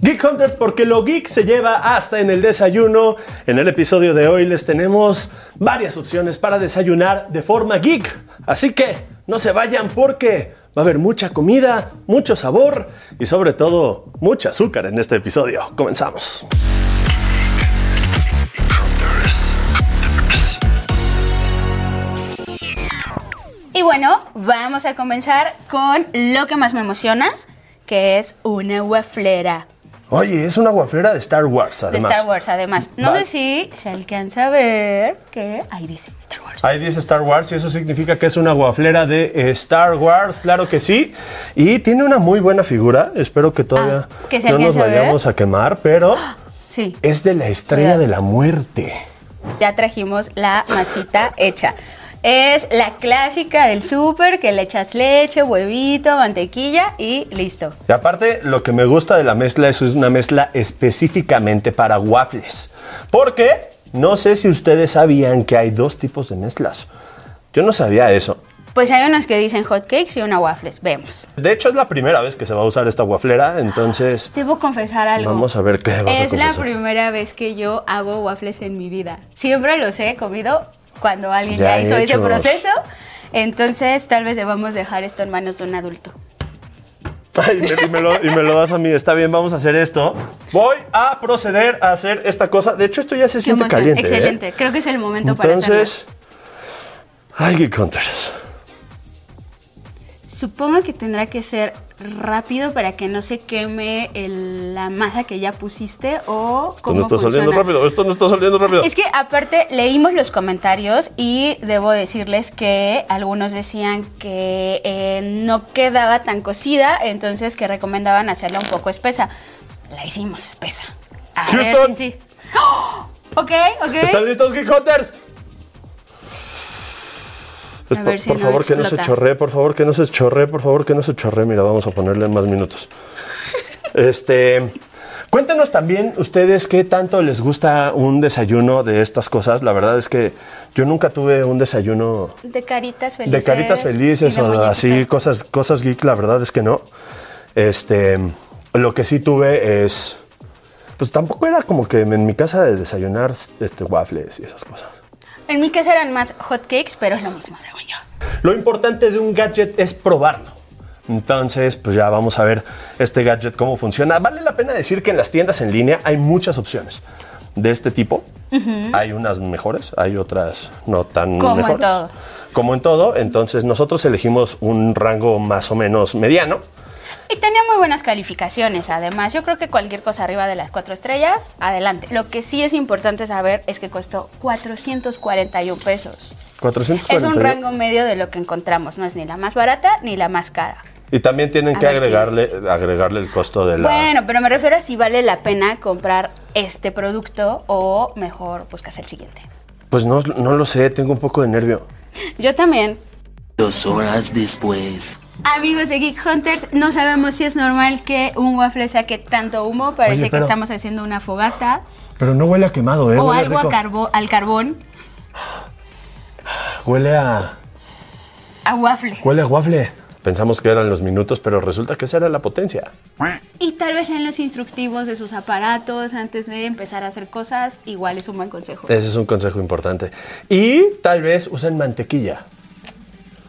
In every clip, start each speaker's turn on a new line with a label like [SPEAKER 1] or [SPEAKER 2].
[SPEAKER 1] Geek Hunters, porque lo geek se lleva hasta en el desayuno. En el episodio de hoy les tenemos varias opciones para desayunar de forma geek. Así que no se vayan porque va a haber mucha comida, mucho sabor y sobre todo mucho azúcar en este episodio. Comenzamos.
[SPEAKER 2] Y bueno, vamos a comenzar con lo que más me emociona, que es una waflera
[SPEAKER 1] Oye, es una guaflera de Star Wars,
[SPEAKER 2] de
[SPEAKER 1] además.
[SPEAKER 2] Star Wars, además. No
[SPEAKER 1] Va-
[SPEAKER 2] sé si se alcanza a ver que ahí dice Star Wars.
[SPEAKER 1] Ahí dice Star Wars y eso significa que es una guaflera de eh, Star Wars, claro que sí. Y tiene una muy buena figura, espero que todavía
[SPEAKER 2] Ah, que se ¡Ah!
[SPEAKER 1] no nos
[SPEAKER 2] alcance a ver.
[SPEAKER 1] vayamos a quemar, pero
[SPEAKER 2] Sí,
[SPEAKER 1] es de la estrella
[SPEAKER 2] Cuidado.
[SPEAKER 1] de la muerte.
[SPEAKER 2] ya trajimos la masita hecha. Es la clásica del súper que le echas leche, huevito, mantequilla y listo.
[SPEAKER 1] Y aparte, lo que me gusta de la mezcla es es una mezcla específicamente para waffles. Porque no sé si ustedes sabían que hay dos tipos de mezclas. Yo no sabía eso.
[SPEAKER 2] Pues hay unas que dicen hot cakes y una waffles, vemos.
[SPEAKER 1] De hecho, es la primera vez que se va a usar esta guaflera, entonces
[SPEAKER 2] Debo confesar algo.
[SPEAKER 1] vamos a ver qué vas a
[SPEAKER 2] Es la
[SPEAKER 1] confesar.
[SPEAKER 2] primera vez que yo hago waffles en mi vida. Siempre los he comido cuando alguien ya,
[SPEAKER 1] Ya
[SPEAKER 2] hizo ese
[SPEAKER 1] hechos.
[SPEAKER 2] proceso. Entonces, tal vez debamos dejar esto en manos de un adulto.
[SPEAKER 1] Ay, me- y, me lo, y me lo das a mí. Está bien, vamos a hacer esto. Voy a proceder a hacer esta cosa. De hecho, esto ya se
[SPEAKER 2] Qué
[SPEAKER 1] siente
[SPEAKER 2] emoción.
[SPEAKER 1] caliente. ¿eh?
[SPEAKER 2] Excelente. Creo que es el momento para hacerlo.
[SPEAKER 1] Entonces, hay que contarles.
[SPEAKER 2] Supongo que tendrá que ser rápido para que no se queme el- la masa que ya pusiste o
[SPEAKER 1] Esto no
[SPEAKER 2] cómo
[SPEAKER 1] está saliendo
[SPEAKER 2] funciona.
[SPEAKER 1] rápido. Esto no está saliendo rápido.
[SPEAKER 2] Es que aparte leímos los comentarios y debo decirles que algunos decían que eh, no quedaba tan cocida, entonces que recomendaban hacerla un poco espesa. La hicimos espesa. A ver
[SPEAKER 1] Houston.
[SPEAKER 2] si sí. ¡Oh! Ok, ok.
[SPEAKER 1] ¿Están listos, Geek Hunters?
[SPEAKER 2] A ver si
[SPEAKER 1] por
[SPEAKER 2] no
[SPEAKER 1] favor, que no se
[SPEAKER 2] explota.
[SPEAKER 1] chorree, por favor, que no se chorree, por favor, que no se chorree. Mira, vamos a ponerle más minutos. Este. Cuéntenos también ustedes qué tanto les gusta un desayuno de estas cosas. La verdad es que yo nunca tuve un desayuno
[SPEAKER 2] De caritas
[SPEAKER 1] de
[SPEAKER 2] felices.
[SPEAKER 1] caritas felices
[SPEAKER 2] y de
[SPEAKER 1] o
[SPEAKER 2] muñequitos.
[SPEAKER 1] así, cosas, cosas geek, la verdad es que no. Este, lo que sí tuve es. Pues tampoco era como que en mi casa de desayunar este, waffles y esas cosas.
[SPEAKER 2] En mi casa eran más hotcakes, pero es lo mismo, según yo.
[SPEAKER 1] Lo importante de un gadget es probarlo. Entonces, pues ya vamos a ver este gadget cómo funciona. Vale la pena decir que en las tiendas en línea hay muchas opciones de este tipo. Hay unas mejores, hay otras no tan
[SPEAKER 2] Como en
[SPEAKER 1] mejores.
[SPEAKER 2] todo.
[SPEAKER 1] Como en todo, entonces nosotros elegimos un rango más o menos mediano.
[SPEAKER 2] Y tenía muy buenas calificaciones, además. Yo creo que cualquier cosa arriba de las cuatro estrellas, adelante. Lo que sí es importante saber es que costó 441 pesos.
[SPEAKER 1] 440.
[SPEAKER 2] Es un rango medio de lo que encontramos, no es ni la más barata ni la más cara.
[SPEAKER 1] Y también tienen
[SPEAKER 2] A
[SPEAKER 1] que
[SPEAKER 2] ver si-
[SPEAKER 1] agregarle, agregarle el costo de la.
[SPEAKER 2] Bueno, pero me refiero a si vale la pena comprar este producto o mejor buscas el siguiente.
[SPEAKER 1] Pues no, no lo sé, tengo un poco de nervio.
[SPEAKER 2] Yo también.
[SPEAKER 3] Dos horas después.
[SPEAKER 2] Amigos de Geek Hunters, no sabemos si es normal que un waffle saque tanto humo, parece que
[SPEAKER 1] pero-
[SPEAKER 2] estamos haciendo una fogata
[SPEAKER 1] Pero no huele a quemado, ¿eh?
[SPEAKER 2] o
[SPEAKER 1] Huele
[SPEAKER 2] algo a
[SPEAKER 1] rico.
[SPEAKER 2] carbo- al carbón,
[SPEAKER 1] Huele a.
[SPEAKER 2] a waffle.
[SPEAKER 1] Huele a waffle. Pensamos que eran los minutos, pero resulta que esa era la potencia.
[SPEAKER 2] Y tal vez en los instructivos de sus aparatos antes de empezar a hacer cosas, igual es un buen consejo.
[SPEAKER 1] Ese es un consejo importante. Y tal vez usen mantequilla.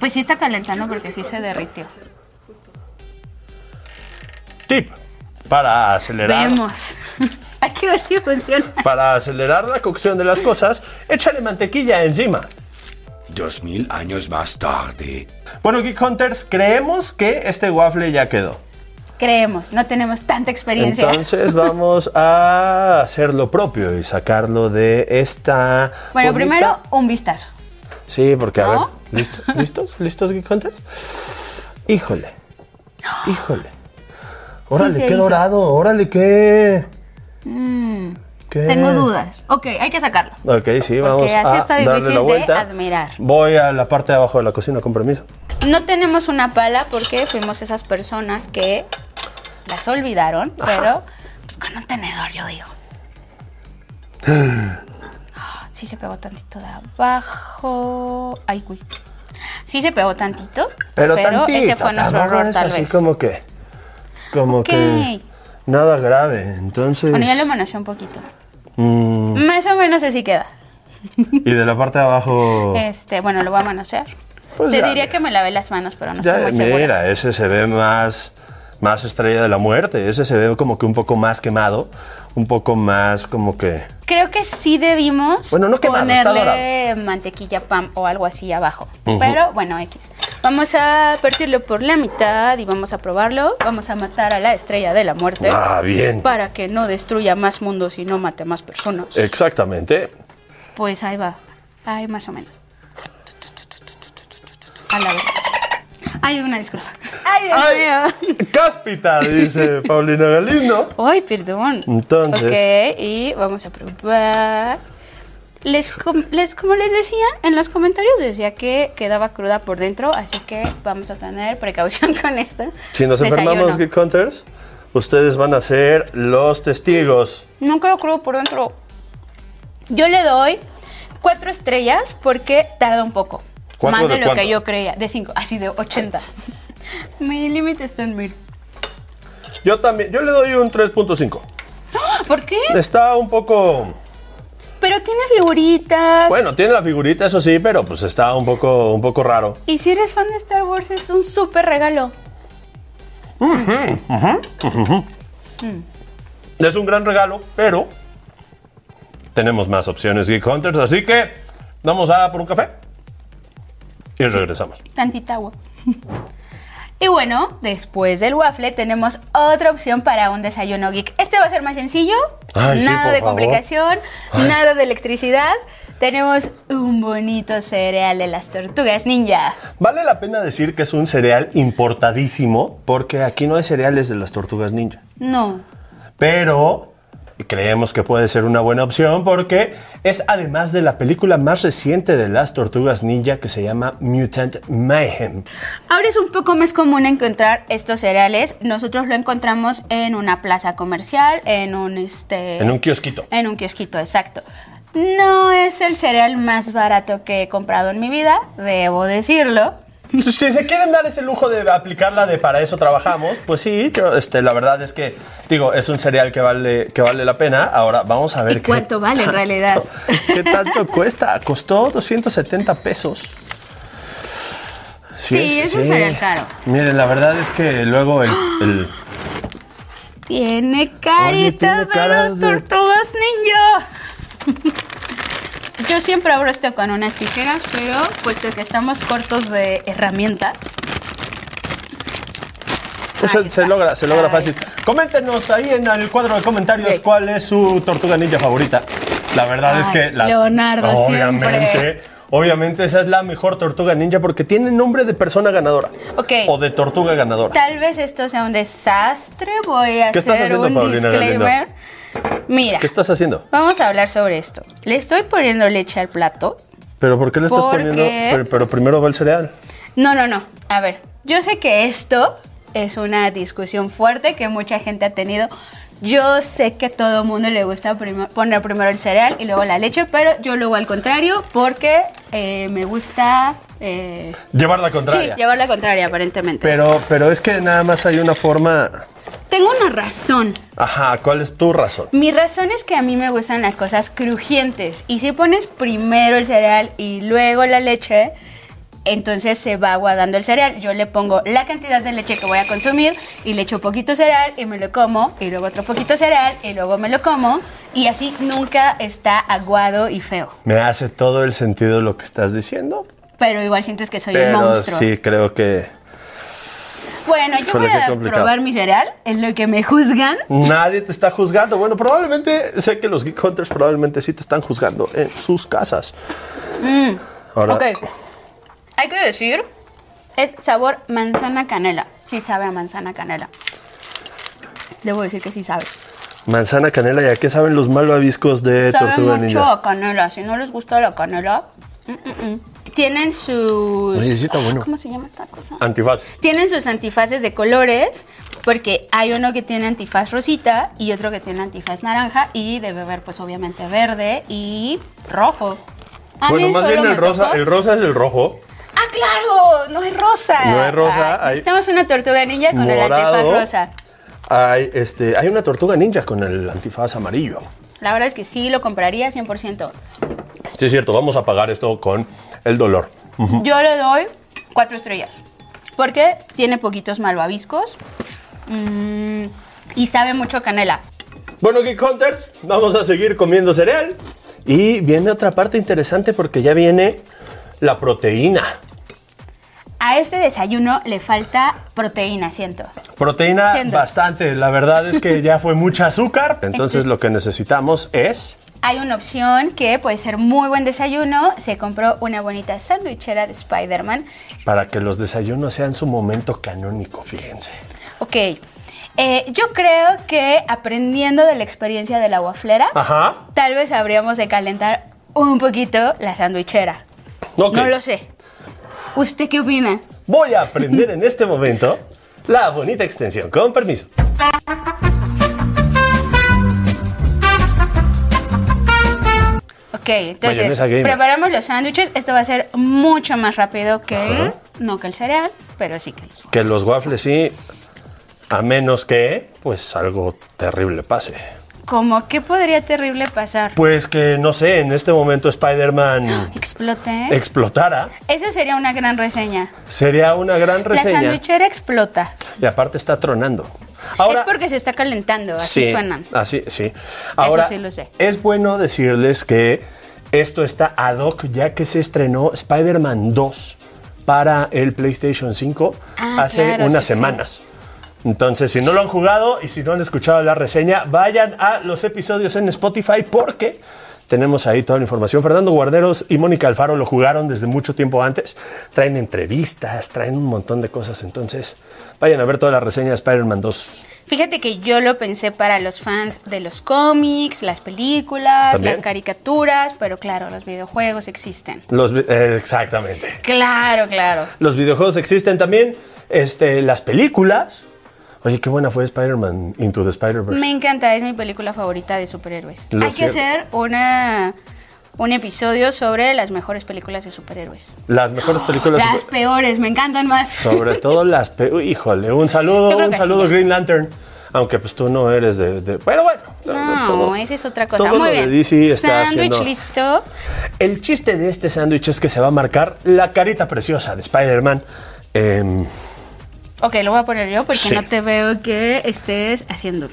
[SPEAKER 2] Pues sí está calentando porque sí se derritió.
[SPEAKER 1] Tip para acelerar.
[SPEAKER 2] Vemos. Hay que ver si funciona.
[SPEAKER 1] Para acelerar la cocción de las cosas, échale mantequilla encima.
[SPEAKER 4] Dos mil años más tarde.
[SPEAKER 1] Bueno, Geek Hunters, creemos que este waffle ya quedó.
[SPEAKER 2] Creemos, no tenemos tanta experiencia.
[SPEAKER 1] Entonces vamos a hacer lo propio y sacarlo de esta.
[SPEAKER 2] bueno,
[SPEAKER 1] bolita.
[SPEAKER 2] primero un vistazo.
[SPEAKER 1] Sí, porque a
[SPEAKER 2] ¿No?
[SPEAKER 1] ver. ¿listo? ¿Listos? ¿Listos, Geek Hunters? Híjole. Híjole. Órale,
[SPEAKER 2] se
[SPEAKER 1] qué
[SPEAKER 2] hizo. Mm,
[SPEAKER 1] dorado. Órale, qué. ¿Qué?
[SPEAKER 2] Tengo dudas. Ok, hay que sacarlo.
[SPEAKER 1] Ok, sí, vamos
[SPEAKER 2] así
[SPEAKER 1] a
[SPEAKER 2] está
[SPEAKER 1] darle
[SPEAKER 2] difícil
[SPEAKER 1] la
[SPEAKER 2] de
[SPEAKER 1] vuelta.
[SPEAKER 2] admirar.
[SPEAKER 1] Voy a la parte de abajo de la cocina, con permiso.
[SPEAKER 2] No tenemos una pala porque fuimos esas personas que las olvidaron, pero pues con un tenedor, yo digo. Ah, Sí se pegó tantito de abajo. Ay, güey. Sí se pegó tantito,
[SPEAKER 1] Pero,
[SPEAKER 2] ese
[SPEAKER 1] tantito,
[SPEAKER 2] fue nuestro
[SPEAKER 1] tampoco
[SPEAKER 2] error,
[SPEAKER 1] es
[SPEAKER 2] tal
[SPEAKER 1] así
[SPEAKER 2] vez.
[SPEAKER 1] como que... Como
[SPEAKER 2] Ok.
[SPEAKER 1] que... Nada grave, entonces...
[SPEAKER 2] Bueno, ya lo manejé un poquito.
[SPEAKER 1] Mm,
[SPEAKER 2] Más o menos así queda.
[SPEAKER 1] y de la parte de abajo...
[SPEAKER 2] Este, bueno, lo voy a manosear.
[SPEAKER 1] Oh. Pues
[SPEAKER 2] Te
[SPEAKER 1] ya,
[SPEAKER 2] diría
[SPEAKER 1] mira.
[SPEAKER 2] que me lavé las manos, pero no
[SPEAKER 1] Ya,
[SPEAKER 2] estoy muy segura.
[SPEAKER 1] mira, ese se ve más, más estrella de la muerte, ese se ve como que un poco más quemado, un poco más como que...
[SPEAKER 2] Creo que sí debimos
[SPEAKER 1] Bueno, no quemado, está
[SPEAKER 2] ponerle mantequilla pam o algo así abajo. Pero bueno, X. Vamos a partirlo por la mitad y vamos a probarlo. Vamos a matar a la estrella de la muerte
[SPEAKER 1] Ah, bien.
[SPEAKER 2] para que no destruya más mundos y no mate más personas.
[SPEAKER 1] Eh. Exactamente.
[SPEAKER 2] Pues ahí va. Ahí más o menos. A la vez. Ay, una disculpa. Ay, Dios
[SPEAKER 1] ¡Ay!
[SPEAKER 2] mío.
[SPEAKER 1] Cáspita, dice Paulina Galindo.
[SPEAKER 2] Ay, perdón.
[SPEAKER 1] Entonces.
[SPEAKER 2] Ok, y vamos a probar. Les, com- les, como les decía, en los comentarios decía que quedaba cruda por dentro, así que vamos a tener precaución con esto.
[SPEAKER 1] Si nos
[SPEAKER 2] Desayuno.
[SPEAKER 1] enfermamos, Geek Hunters, ustedes van a ser los testigos.
[SPEAKER 2] No quedó crudo por dentro. Yo le doy cuatro estrellas porque tarda un poco.
[SPEAKER 1] ¿Cuatro
[SPEAKER 2] Más de,
[SPEAKER 1] de
[SPEAKER 2] lo
[SPEAKER 1] cuántos?
[SPEAKER 2] que yo creía. De cinco, así de 80. Mi límite está en mil.
[SPEAKER 1] Yo también, yo le doy un 3.5.
[SPEAKER 2] ¿Por qué?
[SPEAKER 1] Está un poco...
[SPEAKER 2] Pero tiene figuritas.
[SPEAKER 1] Bueno, tiene la figurita, eso sí, pero pues está un poco, un poco raro.
[SPEAKER 2] Y si eres fan de Star Wars, es un súper regalo.
[SPEAKER 1] Es un gran regalo, pero tenemos más opciones Geek Hunters, así que vamos a por un café y regresamos.
[SPEAKER 2] Tantita agua. Y bueno, después del waffle tenemos otra opción para un desayuno geek. Este va a ser más sencillo,
[SPEAKER 1] Ay, sí,
[SPEAKER 2] nada
[SPEAKER 1] por
[SPEAKER 2] de
[SPEAKER 1] favor.
[SPEAKER 2] complicación, nada de electricidad. Tenemos un bonito cereal de las tortugas ninja.
[SPEAKER 1] Vale la pena decir que es un cereal importadísimo porque aquí no hay cereales de las tortugas ninja,
[SPEAKER 2] No,
[SPEAKER 1] pero creemos que puede ser una buena opción porque es además de la película más reciente de las tortugas ninja que se llama Mutant Mayhem.
[SPEAKER 2] Ahora es un poco más común encontrar estos cereales. Nosotros lo encontramos en una plaza comercial, en un este
[SPEAKER 1] En un kiosquito.
[SPEAKER 2] en un kiosquito, exacto. No es el cereal más barato que he comprado en mi vida, debo decirlo.
[SPEAKER 1] Si se quieren dar ese lujo de aplicarla de para eso trabajamos, pues sí, yo, este, la verdad es que, digo, es un cereal que vale, que vale la pena. Ahora vamos a ver
[SPEAKER 2] ¿Y cuánto vale en realidad?
[SPEAKER 1] ¿Qué tanto cuesta? Costó 270 pesos.
[SPEAKER 2] Sí, es un cereal caro.
[SPEAKER 1] Miren, la verdad es que luego el... el-
[SPEAKER 2] Tiene
[SPEAKER 1] tiene
[SPEAKER 2] caritas
[SPEAKER 1] caras
[SPEAKER 2] de las
[SPEAKER 1] de-
[SPEAKER 2] tortugas ninja. Yo siempre abro esto con unas tijeras, pero puesto que estamos cortos de herramientas,
[SPEAKER 1] o sea,
[SPEAKER 2] Ahí
[SPEAKER 1] se
[SPEAKER 2] está.
[SPEAKER 1] logra, se logra
[SPEAKER 2] Ahí
[SPEAKER 1] fácil.
[SPEAKER 2] está.
[SPEAKER 1] Coméntenos ahí en el cuadro de comentarios
[SPEAKER 2] Ok.
[SPEAKER 1] cuál es su tortuga ninja favorita. La verdad es
[SPEAKER 2] Ay,
[SPEAKER 1] que... La,
[SPEAKER 2] Leonardo,
[SPEAKER 1] Obviamente.
[SPEAKER 2] siempre.
[SPEAKER 1] Obviamente esa es la mejor tortuga ninja porque tiene nombre de persona ganadora.
[SPEAKER 2] Ok.
[SPEAKER 1] O de tortuga ganadora.
[SPEAKER 2] Tal vez esto sea un desastre. Voy a
[SPEAKER 1] ¿Qué estás
[SPEAKER 2] hacer
[SPEAKER 1] haciendo,
[SPEAKER 2] un
[SPEAKER 1] Paulina
[SPEAKER 2] disclaimer. Mira,
[SPEAKER 1] ¿Qué estás haciendo?
[SPEAKER 2] vamos a hablar sobre esto. Le estoy poniendo leche al plato.
[SPEAKER 1] ¿Pero por qué le estás
[SPEAKER 2] Porque-
[SPEAKER 1] poniendo...? Pero, pero primero va el cereal.
[SPEAKER 2] No, no, no. A ver, yo sé que esto es una discusión fuerte que mucha gente ha tenido. Yo sé que a todo mundo le gusta prim- poner primero el cereal y luego la leche, pero yo luego al contrario porque eh, me gusta... eh,
[SPEAKER 1] Llevar la
[SPEAKER 2] sí,
[SPEAKER 1] contraria.
[SPEAKER 2] llevar la contraria aparentemente.
[SPEAKER 1] Pero, pero es que nada más hay una forma.
[SPEAKER 2] Tengo una razón.
[SPEAKER 1] Ajá, ¿cuál es tu razón?
[SPEAKER 2] Mi razón es que a mí me gustan las cosas crujientes. Y si pones primero el cereal y luego la leche, entonces se va aguadando el cereal. Yo le pongo la cantidad de leche que voy a consumir y le echo poquito cereal y me lo como, y luego otro poquito cereal y luego me lo como. Y así nunca está aguado y feo.
[SPEAKER 1] Me hace todo el sentido lo que estás diciendo,
[SPEAKER 2] Pero igual sientes que soy un
[SPEAKER 1] pero
[SPEAKER 2] monstruo.
[SPEAKER 1] sí creo que
[SPEAKER 2] Bueno, yo
[SPEAKER 1] Híjole,
[SPEAKER 2] voy
[SPEAKER 1] qué
[SPEAKER 2] a
[SPEAKER 1] complicado.
[SPEAKER 2] probar mi cereal, es lo que me juzgan.
[SPEAKER 1] nadie te está juzgando. Bueno, probablemente sé que los Geek Hunters probablemente sí te están juzgando en sus casas. Ahora,
[SPEAKER 2] Mm, Ok. Hay que decir, es sabor manzana canela. Sí sabe a manzana canela. Debo decir que sí sabe.
[SPEAKER 1] manzana, canela, ¿y a qué saben los malvaviscos de
[SPEAKER 2] sabe
[SPEAKER 1] Eh, Tortuga
[SPEAKER 2] mucho
[SPEAKER 1] Ninja?
[SPEAKER 2] a canela. Si no les gusta la canela, mm, mm, mm. tienen sus...
[SPEAKER 1] Oye, sí está
[SPEAKER 2] Ah,
[SPEAKER 1] bueno.
[SPEAKER 2] ¿Cómo se llama esta cosa?
[SPEAKER 1] Antifaz.
[SPEAKER 2] Tienen sus antifaces de colores, porque hay uno que tiene antifaz rosita y otro que tiene antifaz naranja y debe haber pues obviamente verde y rojo. A
[SPEAKER 1] Bueno,
[SPEAKER 2] mí
[SPEAKER 1] más
[SPEAKER 2] solo
[SPEAKER 1] bien
[SPEAKER 2] me
[SPEAKER 1] el rosa,
[SPEAKER 2] tocó-
[SPEAKER 1] el rosa es el rojo.
[SPEAKER 2] ¡Ah, claro! No es rosa.
[SPEAKER 1] No es rosa, hay-
[SPEAKER 2] Estamos una tortuga ninja con
[SPEAKER 1] Morado.
[SPEAKER 2] el antifaz rosa.
[SPEAKER 1] Hay, este, hay una tortuga ninja con el antifaz amarillo.
[SPEAKER 2] La verdad es que sí, lo compraría 100%.
[SPEAKER 1] Sí, es cierto, vamos a pagar esto con el dolor.
[SPEAKER 2] Yo le doy cuatro estrellas. Porque tiene poquitos malvaviscos. mm, y sabe mucho a canela.
[SPEAKER 1] Bueno, Geek Hunters, vamos a seguir comiendo cereal. Y viene otra parte interesante porque ya viene la proteína.
[SPEAKER 2] A este desayuno le falta proteína, siento.
[SPEAKER 1] Proteína
[SPEAKER 2] Siendo.
[SPEAKER 1] bastante, la verdad es que ya fue mucha azúcar. Entonces lo que necesitamos es...
[SPEAKER 2] Hay una opción que puede ser muy buen desayuno. Se compró una bonita sandwichera de Spider-Man.
[SPEAKER 1] Para que los desayunos sean su momento canónico, fíjense.
[SPEAKER 2] Ok. eh, yo creo que aprendiendo de la experiencia de la guaflera,
[SPEAKER 1] Ajá.
[SPEAKER 2] tal vez habríamos de calentar un poquito la sandwichera.
[SPEAKER 1] Ok.
[SPEAKER 2] No lo sé. ¿Usted qué opina?
[SPEAKER 1] Voy a aprender en este momento la bonita extensión. Con permiso.
[SPEAKER 2] Ok, entonces
[SPEAKER 1] Mayonesa gamer.
[SPEAKER 2] preparamos los sándwiches. Esto va a ser mucho más rápido que, no que el cereal, pero sí que los.
[SPEAKER 1] Que los waffles sí, a menos que, pues algo terrible pase.
[SPEAKER 2] Como que podría terrible pasar.
[SPEAKER 1] Pues que, no sé, en este momento Spider-Man
[SPEAKER 2] ¿Eh? Explote.
[SPEAKER 1] explotara,
[SPEAKER 2] Eso sería una gran reseña.
[SPEAKER 1] sería una gran
[SPEAKER 2] La
[SPEAKER 1] reseña.
[SPEAKER 2] sandwichera explota.
[SPEAKER 1] Y aparte está tronando.
[SPEAKER 2] es porque se está calentando, así
[SPEAKER 1] Sí,
[SPEAKER 2] suenan.
[SPEAKER 1] Así, sí. Ahora,
[SPEAKER 2] sí lo sé.
[SPEAKER 1] es bueno decirles que esto está ad hoc ya que se estrenó Spider-Man 2 para el PlayStation 5
[SPEAKER 2] Ah,
[SPEAKER 1] hace
[SPEAKER 2] claro,
[SPEAKER 1] unas
[SPEAKER 2] sí, sí.
[SPEAKER 1] semanas. Entonces, si no lo han jugado y si no han escuchado la reseña, vayan a los episodios en Spotify porque tenemos ahí toda la información. Fernando Guarderos y Mónica Alfaro lo jugaron desde mucho tiempo antes. Traen entrevistas, traen un montón de cosas. Entonces, vayan a ver toda la reseña de Spider-Man 2.
[SPEAKER 2] Fíjate que yo lo pensé para los fans de los cómics, las películas,
[SPEAKER 1] También.
[SPEAKER 2] las caricaturas, pero claro, los videojuegos existen.
[SPEAKER 1] Los, vi- eh, exactamente.
[SPEAKER 2] Claro, claro.
[SPEAKER 1] Los videojuegos existen también. Este, las películas. Oye, qué buena fue Spider-Man Into the Spider-Verse.
[SPEAKER 2] Me encanta, es mi película favorita de superhéroes.
[SPEAKER 1] Pues- Lo
[SPEAKER 2] Hay que
[SPEAKER 1] cierto.
[SPEAKER 2] hacer una, un episodio sobre las mejores películas de superhéroes.
[SPEAKER 1] Las mejores películas.
[SPEAKER 2] las peores, me encantan más.
[SPEAKER 1] Sobre todo las. pe- Uy, Híjole, un saludo,
[SPEAKER 2] Yo creo
[SPEAKER 1] un
[SPEAKER 2] que
[SPEAKER 1] saludo
[SPEAKER 2] sí.
[SPEAKER 1] Green Lantern. Aunque pues tú no eres de. de- pero bueno.
[SPEAKER 2] no,
[SPEAKER 1] todo-
[SPEAKER 2] esa es otra cosa.
[SPEAKER 1] todo
[SPEAKER 2] Muy
[SPEAKER 1] lo de
[SPEAKER 2] bien.
[SPEAKER 1] DC está
[SPEAKER 2] Sándwich
[SPEAKER 1] haciendo-
[SPEAKER 2] listo.
[SPEAKER 1] El chiste de este sándwich es que se va a marcar la carita preciosa de Spider-Man. Em,
[SPEAKER 2] Ok, lo voy a poner yo porque
[SPEAKER 1] Sí.
[SPEAKER 2] no te veo que estés haciéndolo.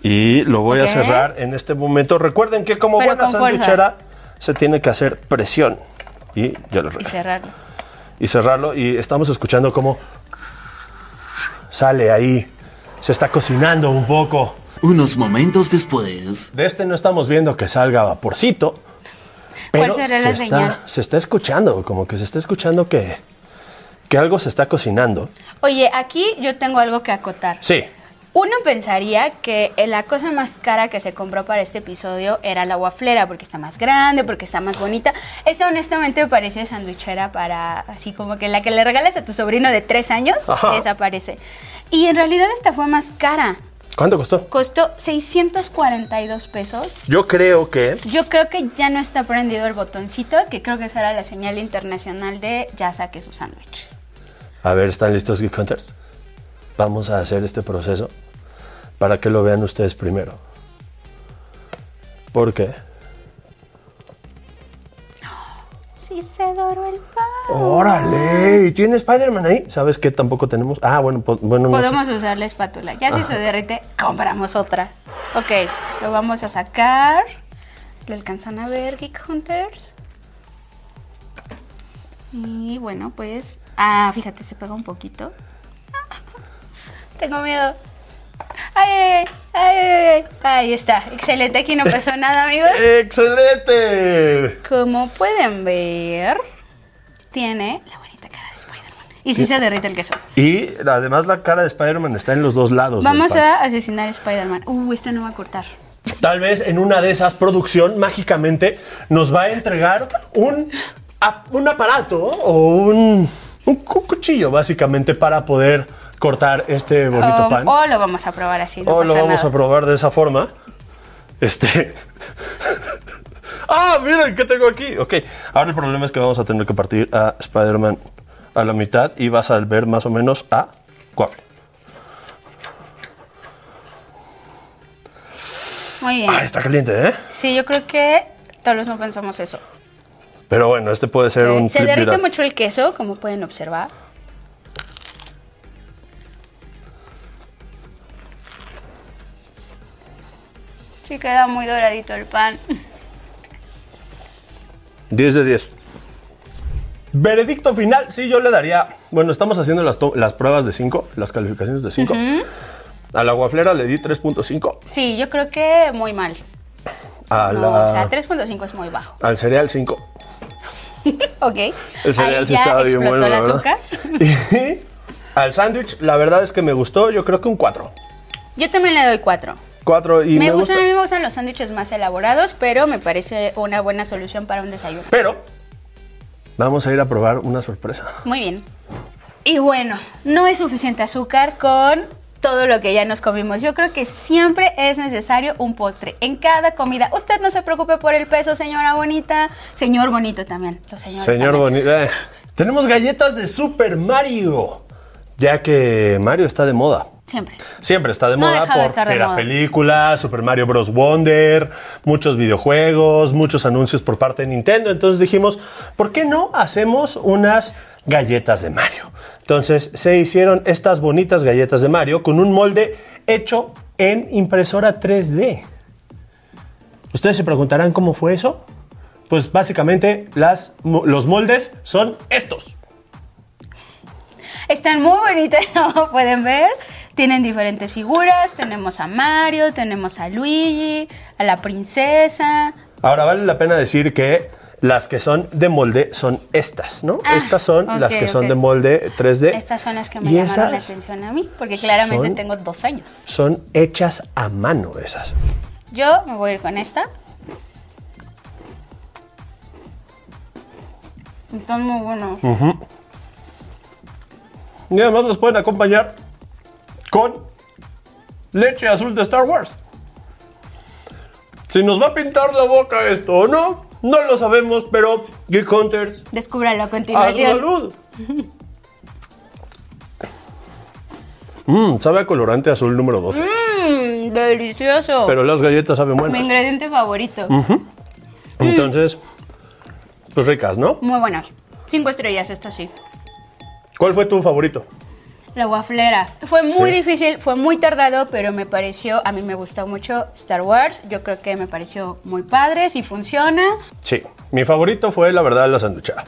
[SPEAKER 1] Y lo voy
[SPEAKER 2] Ok.
[SPEAKER 1] a cerrar en este momento. Recuerden que como
[SPEAKER 2] Pero
[SPEAKER 1] buena
[SPEAKER 2] con fuerza.
[SPEAKER 1] sandwichera se tiene que hacer presión. Y ya lo
[SPEAKER 2] Y
[SPEAKER 1] regué.
[SPEAKER 2] cerrarlo.
[SPEAKER 1] Y cerrarlo. Y estamos escuchando cómo sale ahí. Se está cocinando un poco.
[SPEAKER 3] Unos momentos después.
[SPEAKER 1] De este no estamos viendo que salga vaporcito. Pero
[SPEAKER 2] ¿Cuál será
[SPEAKER 1] se,
[SPEAKER 2] la señal?
[SPEAKER 1] está, se está escuchando, como que se está escuchando que, que algo se está cocinando.
[SPEAKER 2] Oye, aquí yo tengo algo que acotar.
[SPEAKER 1] Sí,
[SPEAKER 2] Uno pensaría que eh, la cosa más cara que se compró para este episodio era la waflera, porque está más grande, porque está más bonita. Esta honestamente parece sandwichera para, así como que la que le regales a tu sobrino de tres años,
[SPEAKER 1] Ajá.
[SPEAKER 2] desaparece. Y en realidad esta fue más cara.
[SPEAKER 1] ¿cuánto costó?
[SPEAKER 2] Costó 642 pesos.
[SPEAKER 1] Yo creo que
[SPEAKER 2] Yo creo que ya no está prendido el botoncito, que creo que esa era la señal internacional de ya saque su sándwich.
[SPEAKER 1] A ver, ¿están listos Geek Hunters? Vamos a hacer este proceso para que lo vean ustedes primero. ¿Por qué?
[SPEAKER 2] Sí se doró el pan.
[SPEAKER 1] Oh. ¡Órale! ¿Y tiene Spider-Man ahí? ¿Sabes qué tampoco tenemos? Ah, bueno, po- bueno no sé.
[SPEAKER 2] Podemos usar la espátula. Ya si se derrite, compramos otra. Ok, lo vamos a sacar. ¿Lo alcanzan a ver, Geek Hunters? Y bueno, pues... Ah, fíjate, se pega un poquito. Tengo miedo. ¡Ay, ay, ay, ay, ay! Ahí está. Excelente, aquí no pasó nada, amigos.
[SPEAKER 1] ¡Excelente!
[SPEAKER 2] Como pueden ver, tiene la bonita cara de Spider-Man. Y sí se derrite el queso.
[SPEAKER 1] Y además la cara de Spider-Man está en los dos lados. del
[SPEAKER 2] Vamos
[SPEAKER 1] pan.
[SPEAKER 2] a asesinar a Spider-Man. Uh, este no va a cortar.
[SPEAKER 1] Tal vez en una de esas producción mágicamente nos va a entregar un, a- un aparato o un, un cu- cuchillo básicamente para poder cortar este bonito
[SPEAKER 2] Um,
[SPEAKER 1] pan.
[SPEAKER 2] O lo vamos a probar así. No
[SPEAKER 1] o lo
[SPEAKER 2] pasa
[SPEAKER 1] vamos
[SPEAKER 2] nada.
[SPEAKER 1] a probar de esa forma. Este. ¡Ah! Miren, ¿qué tengo aquí? Ok. Ahora el problema es que vamos a tener que partir a Spider-Man a la mitad y vas a ver más o menos a Waffle.
[SPEAKER 2] Muy bien.
[SPEAKER 1] Ah, está caliente, ¿eh?
[SPEAKER 2] Sí, yo creo que tal vez no pensamos eso.
[SPEAKER 1] Pero bueno, este puede ser un
[SPEAKER 2] Se
[SPEAKER 1] clip
[SPEAKER 2] derrite
[SPEAKER 1] viral.
[SPEAKER 2] mucho el queso, como pueden observar. Sí, queda muy doradito el pan.
[SPEAKER 1] 10 de 10. Veredicto final, sí, yo le daría. Bueno, estamos haciendo las, to- las pruebas de 5, las calificaciones de 5. A la guaflera le di 3.5.
[SPEAKER 2] Sí, yo creo que muy mal.
[SPEAKER 1] A
[SPEAKER 2] No,
[SPEAKER 1] la-
[SPEAKER 2] o sea, 3.5 es muy bajo.
[SPEAKER 1] al cereal 5.
[SPEAKER 2] Ok.
[SPEAKER 1] El cereal
[SPEAKER 2] Ahí
[SPEAKER 1] sí
[SPEAKER 2] ya
[SPEAKER 1] estaba bien
[SPEAKER 2] explotó
[SPEAKER 1] bueno,
[SPEAKER 2] el
[SPEAKER 1] la verdad.
[SPEAKER 2] azúcar.
[SPEAKER 1] Y al sándwich, la verdad es que me gustó, yo creo que un 4.
[SPEAKER 2] Yo también le doy 4.
[SPEAKER 1] 4 y
[SPEAKER 2] Me,
[SPEAKER 1] me,
[SPEAKER 2] gustan, a
[SPEAKER 1] gusta.
[SPEAKER 2] mí me gustan los sándwiches más elaborados, pero me parece una buena solución para un desayuno.
[SPEAKER 1] Pero vamos a ir a probar una sorpresa.
[SPEAKER 2] Muy bien. Y bueno, no es suficiente azúcar con todo lo que ya nos comimos. Yo creo que siempre es necesario un postre en cada comida. Usted no se preocupe por el peso, señora bonita. Señor bonito también. Los señores
[SPEAKER 1] Señor
[SPEAKER 2] también.
[SPEAKER 1] Bonito. eh, Tenemos galletas de Super Mario, ya que Mario está de moda.
[SPEAKER 2] Siempre.
[SPEAKER 1] Siempre está de
[SPEAKER 2] No ha
[SPEAKER 1] moda
[SPEAKER 2] dejado de
[SPEAKER 1] por
[SPEAKER 2] estar de
[SPEAKER 1] la
[SPEAKER 2] moda.
[SPEAKER 1] película, Super Mario Bros. Wonder, muchos videojuegos, muchos anuncios por parte de Nintendo. Entonces dijimos, ¿por qué no hacemos unas galletas de Mario? Entonces se hicieron estas bonitas galletas de Mario con un molde hecho en impresora 3D. Ustedes se preguntarán cómo fue eso. Pues básicamente las, mo- los moldes son estos.
[SPEAKER 2] Están muy bonitas, como pueden ver. Tienen diferentes figuras. Tenemos a Mario, tenemos a Luigi, a la princesa.
[SPEAKER 1] Ahora vale la pena decir que las que son de molde son estas, ¿no?
[SPEAKER 2] Ah,
[SPEAKER 1] estas son las
[SPEAKER 2] ok,
[SPEAKER 1] que son
[SPEAKER 2] ok.
[SPEAKER 1] de molde 3D.
[SPEAKER 2] Estas son las que me
[SPEAKER 1] Y
[SPEAKER 2] llamaron la
[SPEAKER 1] esas
[SPEAKER 2] atención a mí, porque claramente
[SPEAKER 1] son-
[SPEAKER 2] tengo dos años.
[SPEAKER 1] Son hechas a mano esas.
[SPEAKER 2] Yo me voy a ir con esta. Están muy buenos.
[SPEAKER 1] Mm. Y además las pueden acompañar con leche azul de Star Wars. Si nos va a pintar la boca esto o no, no lo sabemos, pero Geek Hunters,
[SPEAKER 2] Descúbralo a
[SPEAKER 1] a
[SPEAKER 2] continuación.
[SPEAKER 1] salud. Mm, sabe a colorante azul número 12.
[SPEAKER 2] Mm, delicioso.
[SPEAKER 1] Pero las galletas saben
[SPEAKER 2] Mi
[SPEAKER 1] buenas.
[SPEAKER 2] ingrediente favorito.
[SPEAKER 1] Entonces, pues ricas, ¿no?
[SPEAKER 2] Muy buenas. Cinco estrellas, esto sí.
[SPEAKER 1] ¿Cuál fue tu favorito?
[SPEAKER 2] La guaflera. Fue muy
[SPEAKER 1] Sí.
[SPEAKER 2] difícil, fue muy tardado, pero me pareció, a mí me gustó mucho Star Wars. Yo creo que me pareció muy padre, si funciona.
[SPEAKER 1] Sí, mi favorito fue la verdad la sanduchera.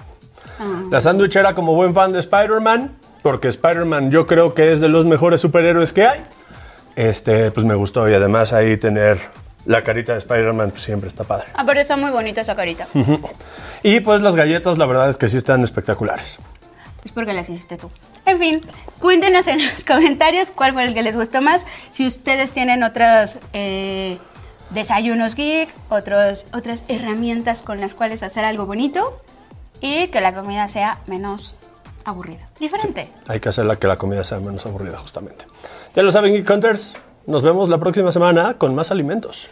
[SPEAKER 2] Ah.
[SPEAKER 1] La sanduchera como buen fan de Spider-Man, porque Spider-Man yo creo que es de los mejores superhéroes que hay. Este, pues me gustó y además ahí tener la carita de Spider-Man pues, siempre está padre.
[SPEAKER 2] Ah, pero está muy bonita esa carita.
[SPEAKER 1] Y pues las galletas la verdad es que sí están espectaculares.
[SPEAKER 2] Es porque las hiciste tú. En fin, cuéntenos en los comentarios cuál fue el que les gustó más. Si ustedes tienen otros eh, desayunos geek, otros, otras herramientas con las cuales hacer algo bonito y que la comida sea menos aburrida. Diferente.
[SPEAKER 1] Hay que hacerla que la comida sea menos aburrida justamente. Ya lo saben, Geek Hunters. Nos vemos la próxima semana con más alimentos.